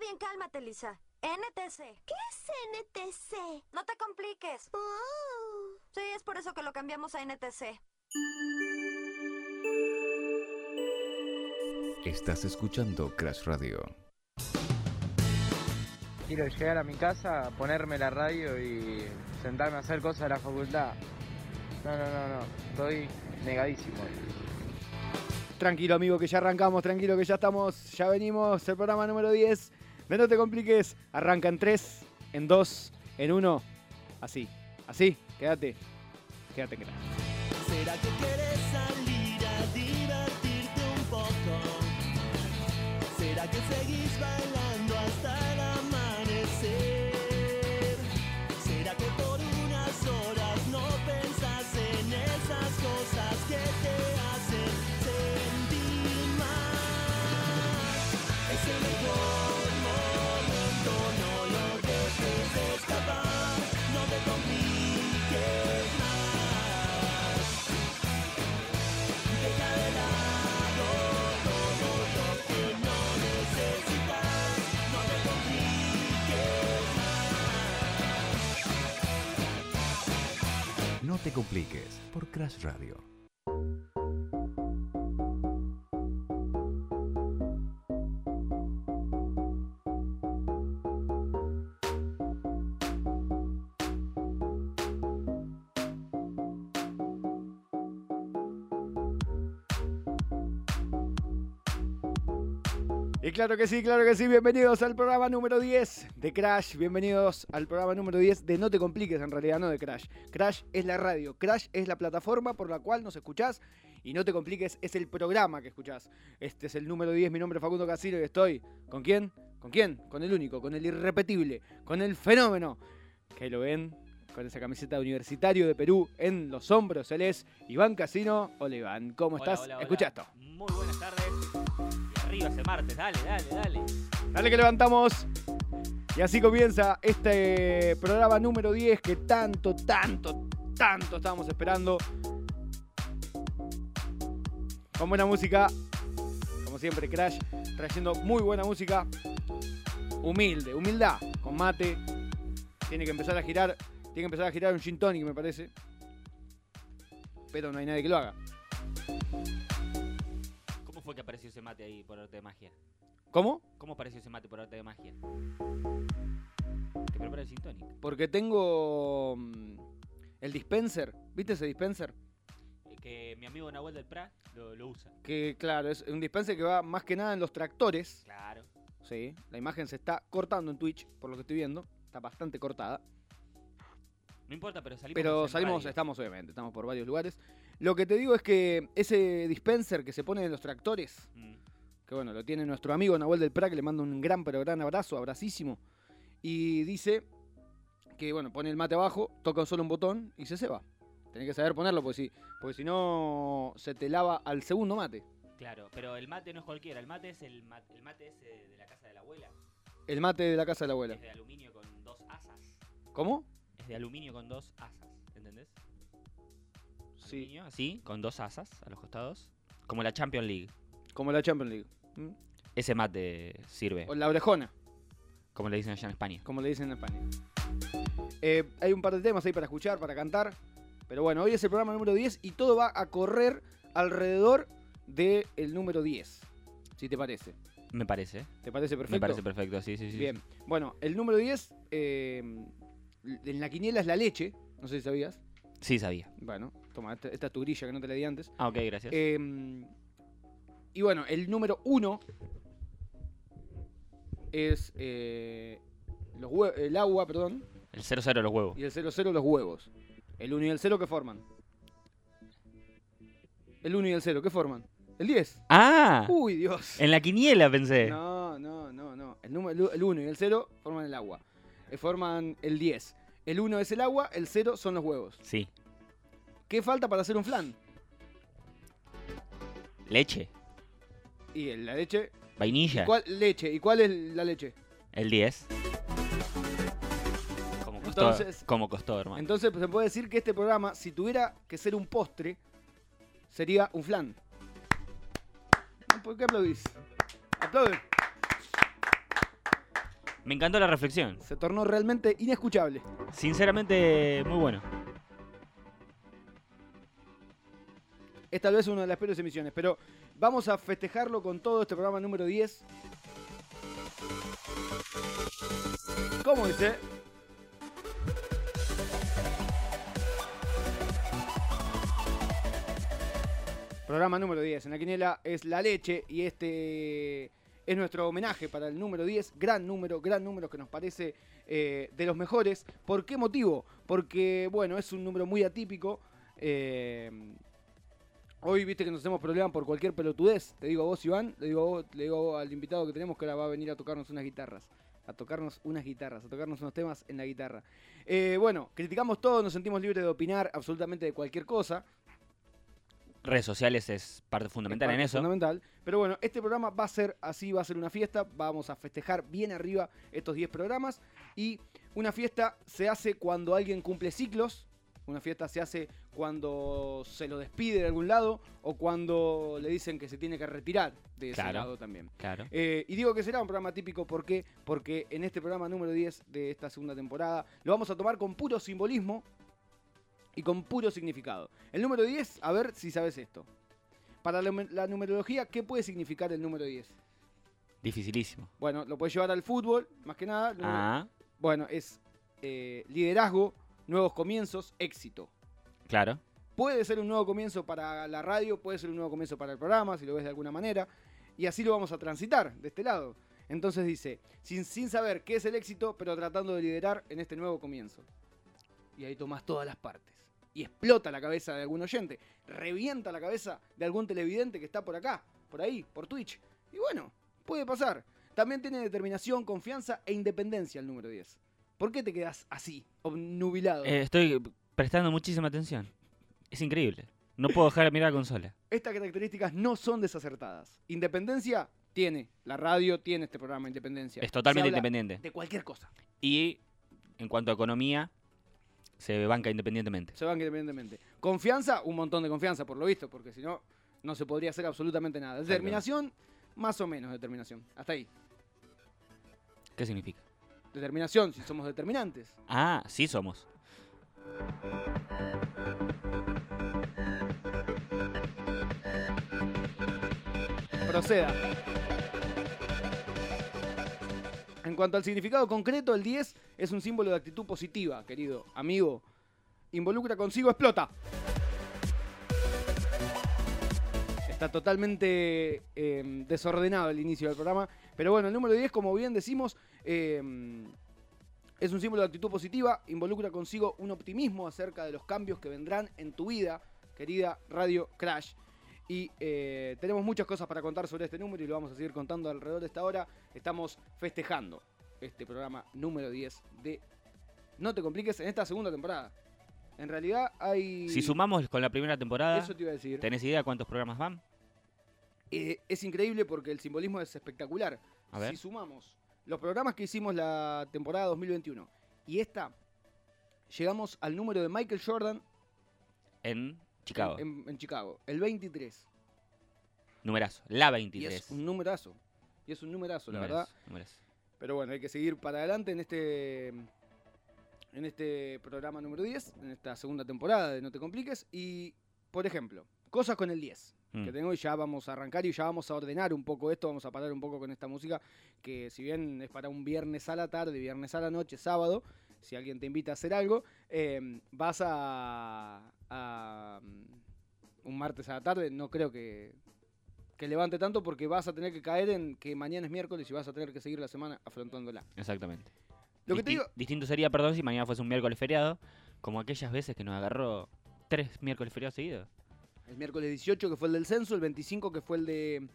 bien, cálmate, Lisa. NTC. ¿Qué es NTC? No te compliques. Oh. Sí, es por eso que lo cambiamos a NTC. Estás escuchando Crash Radio. Quiero llegar a mi casa, ponerme la radio y sentarme a hacer cosas de la facultad. No, no, no, no. Estoy negadísimo. Tranquilo, amigo, que ya arrancamos, tranquilo, que ya estamos, ya venimos, el programa número 10. De no te compliques, arranca en 3, en 2, en 1. Así, así, quédate, quédate, quédate. ¿Será que quieres salir a divertirte un poco? ¿Será que seguís bailando hasta el amanecer? ¿Será que por unas horas no pensás en esas cosas que te hacen sentir mal? Es el mejor momento, no lo dejes escapar, no te compliques más. Deja de lado todo lo que no necesitas, no te compliques más. No te compliques por Crash Radio. Y claro que sí, claro que sí, bienvenidos al programa número 10 de Crash, bienvenidos al programa número 10 de No te compliques, en realidad no de Crash. Crash es la radio, Crash es la plataforma por la cual nos escuchás y No te compliques es el programa que escuchás. Este es el número 10, mi nombre es Facundo Casino y estoy ¿con quién? ¿Con quién? Con el único, con el irrepetible, con el fenómeno. Que ahí lo ven con esa camiseta de universitario de Perú en los hombros, él es Iván Casino. Hola Iván, ¿cómo Hola, estás? hola, hola. Escucha esto. Muy buenas tardes. Y arriba ese martes, dale, dale, dale. Dale que levantamos. Y así comienza este programa número 10 que tanto, tanto, tanto estábamos esperando. Con buena música. Como siempre, Crash trayendo muy buena música. Humilde, humildad, con mate. Tiene que empezar a girar. Tiene que empezar a girar un gin tonic, me parece. Pero no hay nadie que lo haga. ¿Cómo fue que apareció ese mate ahí por arte de magia? ¿Cómo? ¿Cómo apareció ese mate por arte de magia? Te prepara el gin tonic. Porque tengo mm, el dispenser. ¿Viste ese dispenser? Eh, Que mi amigo Nahuel del Prat lo, lo usa. Que claro, es un dispenser que va más que nada en los tractores. Claro. Sí, la imagen se está cortando en Twitch, por lo que estoy viendo. Está bastante cortada. No importa, pero salimos. Pero en salimos, radio. estamos obviamente, estamos por varios lugares. Lo que te digo es que ese dispenser que se pone en los tractores, Mm. que bueno, lo tiene nuestro amigo Nahuel del Pra, que le mando un gran pero gran abrazo, abracísimo. Y dice que bueno, pone el mate abajo, toca solo un botón y se ceba. Tenés que saber ponerlo, porque si, porque si no se te lava al segundo mate. Claro, pero el mate no es cualquiera. El mate es el, ma- el mate ese de la casa de la abuela. El mate de la casa de la abuela. Es de aluminio con dos asas. ¿Cómo? Es de aluminio con dos asas, ¿entendés? Sí. Aluminio así, con dos asas a los costados. Como la Champions League. Como la Champions League. ¿Mm? Ese mate sirve, O la orejona, como le dicen allá en España. como le dicen en España. Eh, hay un par de temas ahí para escuchar, para cantar. Pero bueno, hoy es el programa número 10 y todo va a correr alrededor del número 10. Si te parece. Me parece. ¿Te parece perfecto? Me parece perfecto, sí, sí, sí. Bien. Bueno, el número 10 eh, en la quiniela es la leche. No sé si sabías. Sí, sabía. Bueno, toma, esta, esta es tu grilla que no te la di antes. Ah, ok, gracias. Eh, y bueno, el número uno es eh, los hue- el agua, perdón, el 0-0 de los huevos. y el 00 los huevos. El 1 y el 0, ¿qué forman? El 1 y el 0, ¿qué forman? El 10. ¡Ah! Uy, Dios. en la quiniela pensé. Uh. No, no, no, no. El, número, el 1 y el 0 forman el agua. Eh, Forman el 10. El 1 es el agua, el 0 son los huevos. Sí. ¿Qué falta para hacer un flan? Leche. Y el- la leche. Vainilla. ¿Cuál leche? ¿Y cuál es la leche? El 10. Como costó, Entonces- como costó, hermano. Entonces pues, se puede decir que este programa, si tuviera que ser un postre, sería un flan. ¿Por qué aplaudís? Aplauden. Me encantó la reflexión. Se tornó realmente inescuchable. Sinceramente, muy bueno. Es tal vez una de las peores emisiones, pero vamos a festejarlo con todo este programa número 10. ¿Cómo dice? Programa número 10. En la quiniela es la leche y este es nuestro homenaje para el número 10. Gran número, gran número que nos parece eh, de los mejores. ¿Por qué motivo? Porque, bueno, es un número muy atípico. eh, Hoy viste que nos hacemos problemas por cualquier pelotudez. Te digo a vos, Iván, le digo a vos, le digo a vos al invitado que tenemos que ahora va a venir a tocarnos unas guitarras. A tocarnos unas guitarras, a tocarnos unos temas en la guitarra. Eh, bueno, criticamos todo, nos sentimos libres de opinar absolutamente de cualquier cosa. Redes sociales es parte fundamental Es en eso. Fundamental. Pero bueno, este programa va a ser así, va a ser una fiesta. Vamos a festejar bien arriba estos 10 programas. Y una fiesta se hace cuando alguien cumple ciclos. Una fiesta se hace cuando se lo despide de algún lado o cuando le dicen que se tiene que retirar de ese Claro. lado también. Claro. Eh, y digo que será un programa típico, ¿por qué? Porque en este programa número 10 de esta segunda temporada lo vamos a tomar con puro simbolismo y con puro significado. El número 10, a ver si sabes esto. Para la, numer- la numerología, ¿qué puede significar el número 10? Dificilísimo. Bueno, lo puedes llevar al fútbol, más que nada. Número- Ah, Bueno, es eh, liderazgo, nuevos comienzos, éxito. claro. Puede ser un nuevo comienzo para la radio, puede ser un nuevo comienzo para el programa, si lo ves de alguna manera. Y así lo vamos a transitar de este lado. Entonces dice, sin, sin saber qué es el éxito, pero tratando de liderar en este nuevo comienzo. Y ahí tomás todas las partes. Y explota la cabeza de algún oyente. Revienta la cabeza de algún televidente que está por acá, por ahí, por Twitch. Y bueno, puede pasar. También tiene determinación, confianza e independencia el número 10. ¿Por qué te quedas así, obnubilado? Eh, estoy prestando muchísima atención. Es increíble. No puedo dejar de mirar la consola. estas características no son desacertadas. Independencia tiene, la radio tiene este programa Independencia. Es Se totalmente habla independiente. De cualquier cosa. Y en cuanto a economía, se banca independientemente. Se van independientemente. Confianza, un montón de confianza, por lo visto, porque si no, no se podría hacer absolutamente nada. Determinación, más o menos determinación. Hasta ahí. ¿Qué significa? Determinación, si somos determinantes. Ah, sí somos. Proceda. En cuanto al significado concreto, el 10 es un símbolo de actitud positiva, querido amigo. Involucra consigo, explota. Está totalmente eh, desordenado el inicio del programa. Pero bueno, el número 10, como bien decimos, eh, es un símbolo de actitud positiva. Involucra consigo un optimismo acerca de los cambios que vendrán en tu vida, querida Radio Crash. Y eh, tenemos muchas cosas para contar sobre este número y lo vamos a seguir contando alrededor de esta hora. Estamos festejando este programa número 10 de No te compliques en esta segunda temporada. En realidad hay... Si sumamos con la primera temporada, Eso te iba a decir. ¿tenés idea cuántos programas van? Eh, es increíble porque el simbolismo es espectacular. A ver. Si sumamos los programas que hicimos la temporada 2021 y esta, llegamos al número de Michael Jordan En Chicago. En, en Chicago, el 23. Numerazo. La Y 23. es un numerazo. Y es un numerazo, la Numerazo, verdad. numerazo. Pero bueno, hay que seguir para adelante en este en este programa número 10, en esta segunda temporada de No te compliques y por ejemplo, cosas con el 10 Mm. que tengo y ya vamos a arrancar y ya vamos a ordenar un poco esto, vamos a parar un poco con esta música que si bien es para un viernes a la tarde, viernes a la noche, sábado, si alguien te invita a hacer algo, eh, vas a, a, mm, un martes a la tarde, no creo que, que levante tanto porque vas a tener que caer en que mañana es miércoles y vas a tener que seguir la semana afrontándola. Exactamente. Lo que te Disti- digo, Distinto sería, perdón, si mañana fuese un miércoles feriado, como aquellas veces que nos agarró tres miércoles feriados seguidos. el miércoles 18 que fue el del censo, el 25 que fue el de...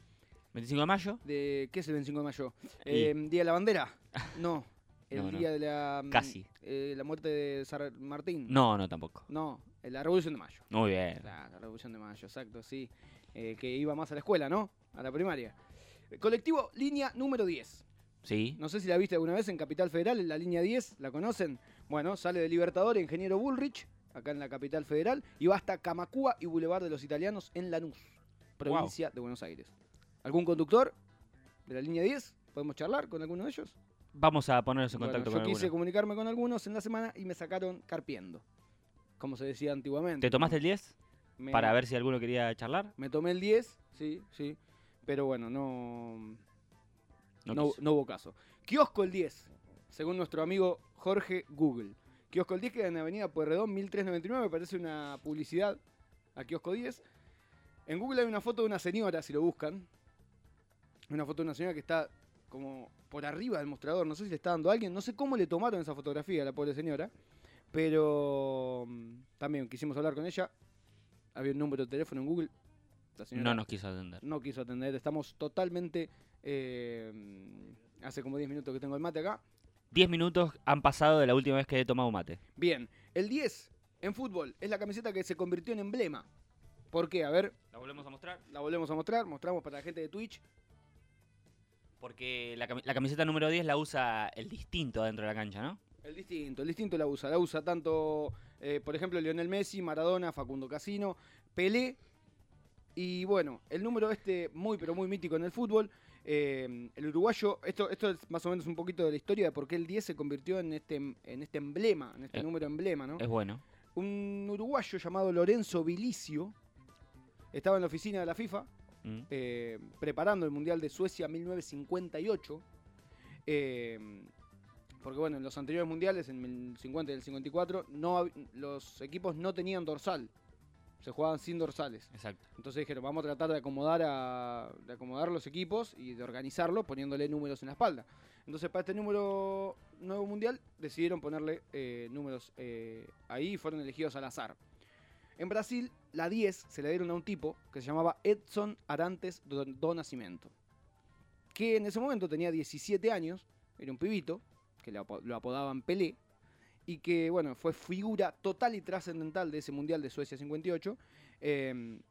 25 de Mm. mayo, de ¿Qué es el 25 de mayo? Y- Eh, ¿Día de la bandera? No. El No, no. día de la... mm, Casi. eh, la muerte de San Martín. no, no tampoco. No, eh, la Revolución de Mayo. Muy bien. La, la Revolución de Mayo, exacto, sí. Eh, que iba más a la escuela, ¿no? A la primaria. Colectivo Línea número 10. Sí. No sé si la viste alguna vez en Capital Federal, en la línea 10, ¿la conocen? Bueno, sale de Libertador, Ingeniero Bullrich, acá en la Capital Federal, y va hasta Camacúa y Boulevard de los Italianos en Lanús, provincia de Buenos Aires. ¿Algún conductor de la línea 10? ¿Podemos charlar con alguno de ellos? Vamos a ponernos en Bueno, contacto yo con quise alguno. comunicarme con algunos en la semana y me sacaron carpiendo, como se decía antiguamente. ¿Te tomaste el 10 Me- para ver si alguno quería charlar? Me tomé el 10, sí, sí, pero bueno, no, no, No no, quiso. hubo caso. Kiosco el 10, según nuestro amigo Jorge Google. Kiosco el 10 queda en Avenida Pueyrredón 1399, me parece una publicidad a Kiosco 10. En Google hay una foto de una señora, si lo buscan. Una foto de una señora que está como por arriba del mostrador. No sé si le está dando a alguien. No sé cómo le tomaron esa fotografía a la pobre señora. Pero mm, también quisimos hablar con ella. Había un número de teléfono en Google. La señora No nos quiso atender. no quiso atender. Estamos totalmente. eh, hace como 10 minutos que tengo el mate acá. 10 minutos han pasado de la última vez que he tomado mate. Bien, el 10 en fútbol es la camiseta que se convirtió en emblema. ¿Por qué? A ver, ¿La volvemos a mostrar? la volvemos a mostrar. Mostramos para la gente de Twitch. Porque la, cami- la camiseta número 10 la usa el distinto dentro de la cancha, ¿no? El distinto, el distinto la usa. La usa tanto, eh, por ejemplo, Lionel Messi, Maradona, Facundo Casino, Pelé. Y bueno, el número este muy, pero muy mítico en el fútbol. eh, el uruguayo, esto, esto es más o menos un poquito de la historia de por qué el 10 se convirtió en este, en este emblema, en este Eh, número emblema, ¿no? Es bueno. Un uruguayo llamado Lorenzo Bilicio estaba en la oficina de la FIFA Mm. eh, preparando el Mundial de Suecia 1958. eh, porque bueno, en los anteriores mundiales, en el 50 y el 54, no, hab- los equipos no tenían dorsal. Se jugaban sin dorsales. Exacto. Entonces dijeron, vamos a tratar de acomodar a, de acomodar los equipos y de organizarlo poniéndole números en la espalda. Entonces para este número nuevo mundial decidieron ponerle eh, números eh, ahí y fueron elegidos al azar. En Brasil, la 10 se la dieron a un tipo que se llamaba Edson Arantes do, do Nascimento, que en ese momento tenía 17 años, era un pibito, que lo, apo- lo apodaban Pelé, y que bueno, fue figura total y trascendental de ese Mundial de Suecia 58. eh,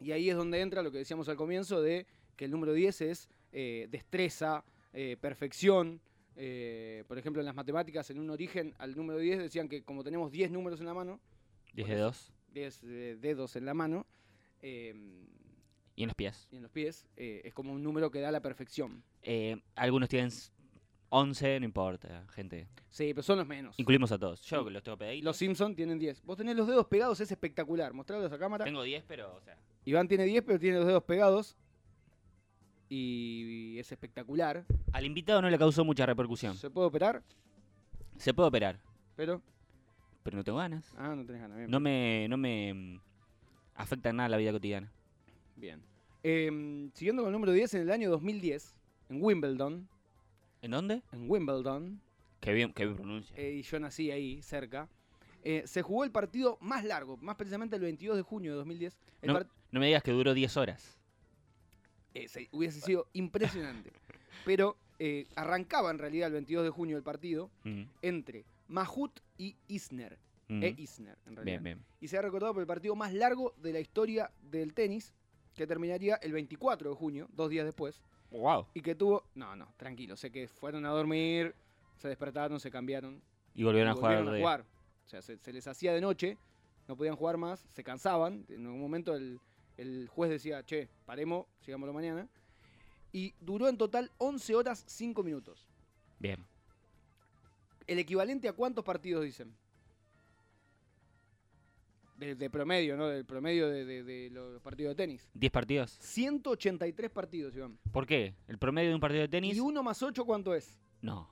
y ahí es donde entra lo que decíamos al comienzo de que el número 10 es eh, destreza, eh, perfección. eh, por ejemplo, en las matemáticas, en un origen, al número 10 decían que como tenemos 10 números en la mano, 10 Por de eso. 2. 10 eh, dedos en la mano eh, Y en los pies. y en los pies, eh, es como un número que da la perfección. Eh, algunos tienen s- 11, no importa, gente. Sí, pero son los menos. Incluimos a todos. Yo que los tengo Y pegaditos. Los Simpson tienen 10. Vos tenés los dedos pegados, es espectacular. Mostralos a cámara. Tengo 10, pero, o sea, Iván tiene 10, pero tiene los dedos pegados. Y es espectacular. al invitado no le causó mucha repercusión. Se puede operar, Se puede operar, pero. pero no tengo ganas. Ah, no tenés ganas. Bien. No me, no me mm, afecta en nada la vida cotidiana. Bien. Eh, siguiendo con el número 10, en el año 2010, en Wimbledon. ¿En dónde? En Wimbledon. Qué bien, qué bien pronuncia. eh, y yo nací ahí, cerca. eh, se jugó el partido más largo, más precisamente el 22 de junio de 2010. El no, par- no me digas que duró 10 horas. Eh, se- hubiese sido impresionante. Pero eh, arrancaba en realidad el 22 de junio el partido Mm, entre Mahut y Isner. mm. E Isner, en realidad. Bien, bien. Y se ha recordado por el partido más largo de la historia del tenis, que terminaría el 24 de junio, dos días después, Wow. y que tuvo... No, no, tranquilo, sé que fueron a dormir, se despertaron, se cambiaron, Y volvieron a y jugar. volvieron de- jugar. O sea, se, se les hacía de noche, no podían jugar más, se cansaban. En algún momento el, el juez decía, che, paremos, sigámoslo mañana. Y duró en total 11 horas 5 minutos. Bien. ¿El equivalente a cuántos partidos dicen? De, de promedio, ¿no? Del promedio de, de- de los partidos de tenis. 10 partidos. 183 partidos, Iván. ¿Por qué? ¿El promedio de un partido de tenis? ¿Y 1 más 8 cuánto es? No.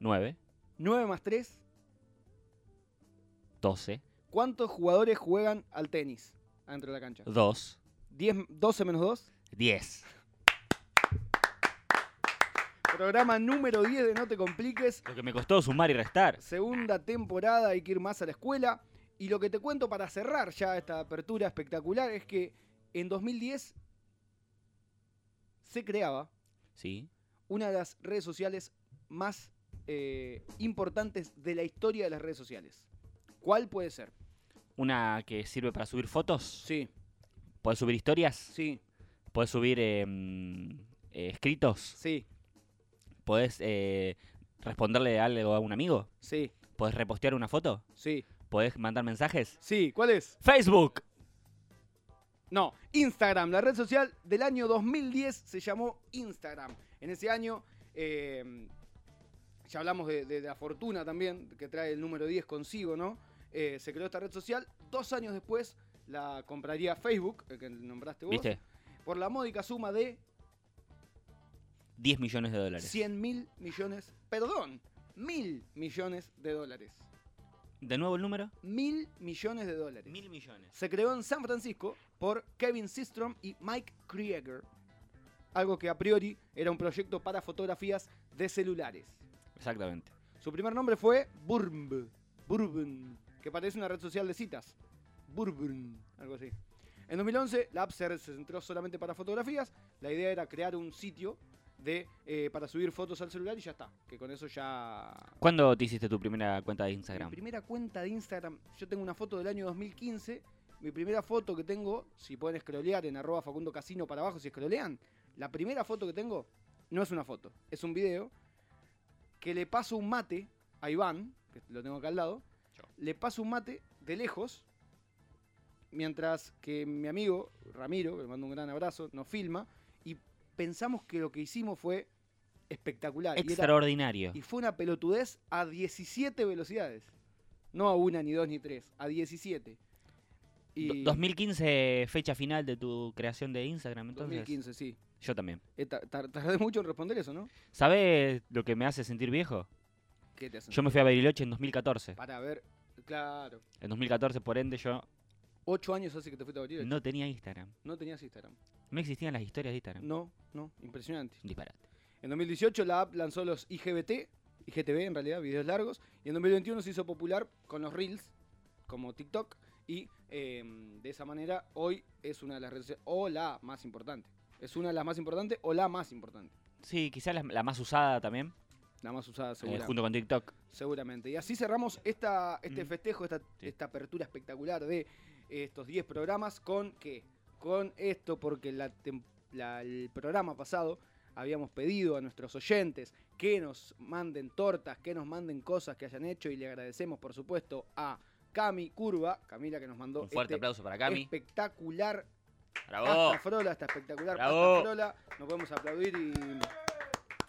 9, 9 más 3. 12, ¿Cuántos jugadores juegan al tenis adentro de la cancha? 2, 10, 12 menos 2. 10. Programa número 10 de No Te Compliques. Lo que me costó sumar y restar. Segunda temporada, hay que ir más a la escuela. Y lo que te cuento para cerrar ya esta apertura espectacular es que en 2010 se creaba Sí. una de las redes sociales más eh, importantes de la historia de las redes sociales. ¿Cuál puede ser? Una que sirve para subir fotos. Sí, ¿Puedes subir historias? sí, ¿Puedes subir eh, mm, eh, escritos? sí, ¿Puedes eh, responderle algo a un amigo? sí, ¿Puedes repostear una foto? sí, ¿Puedes mandar mensajes? sí. ¿Cuál es? ¡Facebook! No, Instagram, la red social del año 2010 se llamó Instagram. En ese año Eh, ya hablamos de, de la fortuna también, que trae el número 10 consigo, ¿no? Eh, se creó esta red social. Dos años después la compraría Facebook, el que nombraste vos, ¿Viste? por la módica suma de 10 millones de dólares. 100 mil millones, perdón, mil millones de dólares. ¿De nuevo el número? Mil millones de dólares. Mil millones. Se creó en San Francisco por Kevin Systrom y Mike Krieger. Algo que a priori era un proyecto para fotografías de celulares. Exactamente. Su primer nombre fue Burb. Bourbon, que parece una red social de citas. Bourbon, algo así. En 2011, la app se se centró solamente para fotografías. La idea era crear un sitio de, eh, para subir fotos al celular y ya está. Que con eso ya... ¿Cuándo te hiciste tu primera cuenta de Mi Instagram? primera cuenta de Instagram, yo tengo una foto del año 2015. Mi primera foto que tengo, si pueden scrollear en arroba Facundo Casino para abajo, si scrollean, la primera foto que tengo no es una foto, es un video que le paso un mate a Iván, que lo tengo acá al lado, le paso un mate de lejos, mientras que mi amigo Ramiro, que le mando un gran abrazo, nos filma y pensamos que lo que hicimos fue espectacular. y era- Extraordinario. y fue una pelotudez a 17 velocidades. No a una, ni dos, ni tres. A 17. Do- 2015, fecha final de tu creación de Instagram, entonces. 2015, sí. Yo también. Eh, ta- tar- tardé mucho en responder eso, ¿no? ¿Sabes lo que me hace sentir viejo? ¿Qué te hacen? Yo me fui a Bariloche en 2014. Para ver. Claro. En 2014, por ende, yo Ocho años hace que te fuiste a Bariloche. No, no tenía Instagram. tenías Instagram. No existían las historias de Instagram. No, no. Impresionante. Disparate. En 2018 la app lanzó los IGBT, IGTV en realidad, videos largos. Y en 2021 se hizo popular con los Reels, como TikTok. Y eh, de esa manera hoy es una de las redes sociales, o la más importante. Es una de las más importantes o la más importante. Sí, quizás la, la más usada también, La más usada eh, seguramente. junto con TikTok. seguramente. Y así cerramos esta, este Mm. festejo, esta, esta apertura espectacular de estos 10 programas con qué? Con esto, porque la tem- la- el programa pasado habíamos pedido a nuestros oyentes que nos manden tortas, que nos manden cosas que hayan hecho y le agradecemos por supuesto a Cami Curva, Camila que nos mandó Un fuerte este aplauso para Cami. espectacular ¡Bravo! Pasta Frola, está espectacular. Oh. Bravo. Pasta Frola, nos podemos aplaudir y.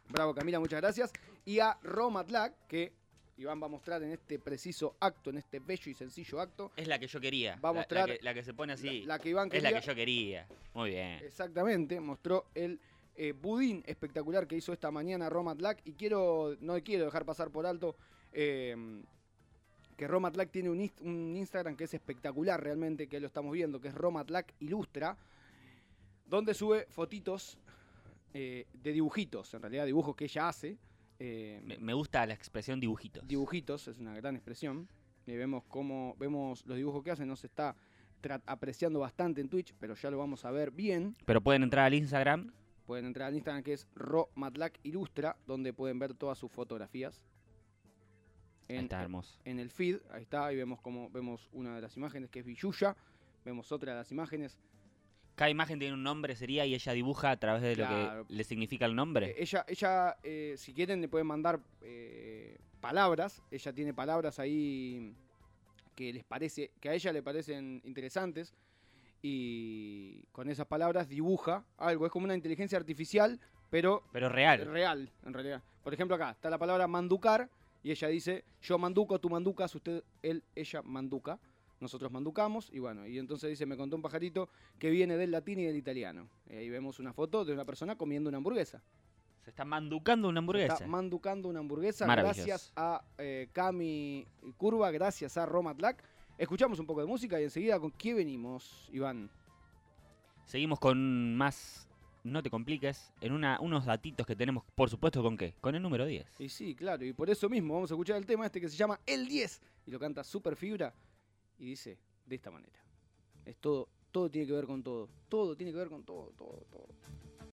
Bravo, Camila, muchas gracias. Y a Romatlac, que Iván va a mostrar en este preciso acto, en este bello y sencillo acto. Es la que yo quería. Va a la- la mostrar que- la que se pone así. La, la que Iván Ah, Es la quería. Eh, que yo quería. Muy bien. Exactamente, mostró el eh, budín espectacular que hizo esta mañana Romatlac. Y quiero, no quiero dejar pasar por alto eh, que Romatlac tiene un, inst- un Instagram que es espectacular realmente, que lo estamos viendo, que es Romatlac Ilustra, donde sube fotitos eh, de dibujitos, en realidad dibujos que ella hace. eh, Me, me gusta la expresión dibujitos. dibujitos, es una gran expresión. Y vemos cómo vemos los dibujos que hace, no se está tra- apreciando bastante en Twitch, pero ya lo vamos a ver bien. Pero pueden entrar al Instagram. Pueden entrar al Instagram que es Romatlac Ilustra, donde pueden ver todas sus fotografías. En, Ahí eh, está hermoso. en el feed, ahí está, y vemos como vemos una de las imágenes que es Villuya, vemos otra de las imágenes. Cada imagen tiene un nombre, sería, y ella dibuja a través de Claro. lo que le significa el nombre. Eh, ella, ella eh, si quieren, le pueden mandar eh, palabras. Ella tiene palabras ahí que les parece, que a ella le parecen interesantes. Y con esas palabras dibuja algo. Es como una inteligencia artificial, pero pero real. Real, en realidad. Por ejemplo, acá está la palabra manducar y ella dice, yo manduco, tú manducas, usted, él, ella manduca. Nosotros manducamos y bueno, y entonces dice, me contó un pajarito que viene del latín y del italiano. Y ahí vemos una foto de una persona comiendo una hamburguesa. Se está manducando una hamburguesa. Está manducando una hamburguesa Maravilloso. gracias a eh, Cami Curva, gracias a Romatlac. Escuchamos un poco de música y enseguida con qué venimos, Iván. Seguimos con más. No te compliques. En una, unos datitos que tenemos, por supuesto, ¿con qué? Con el número 10. Y sí, claro, y por eso mismo vamos a escuchar el tema este que se llama El 10 y lo canta Superfibra y dice de esta manera. Es todo, todo tiene que ver con todo, todo tiene que ver con todo, todo, todo.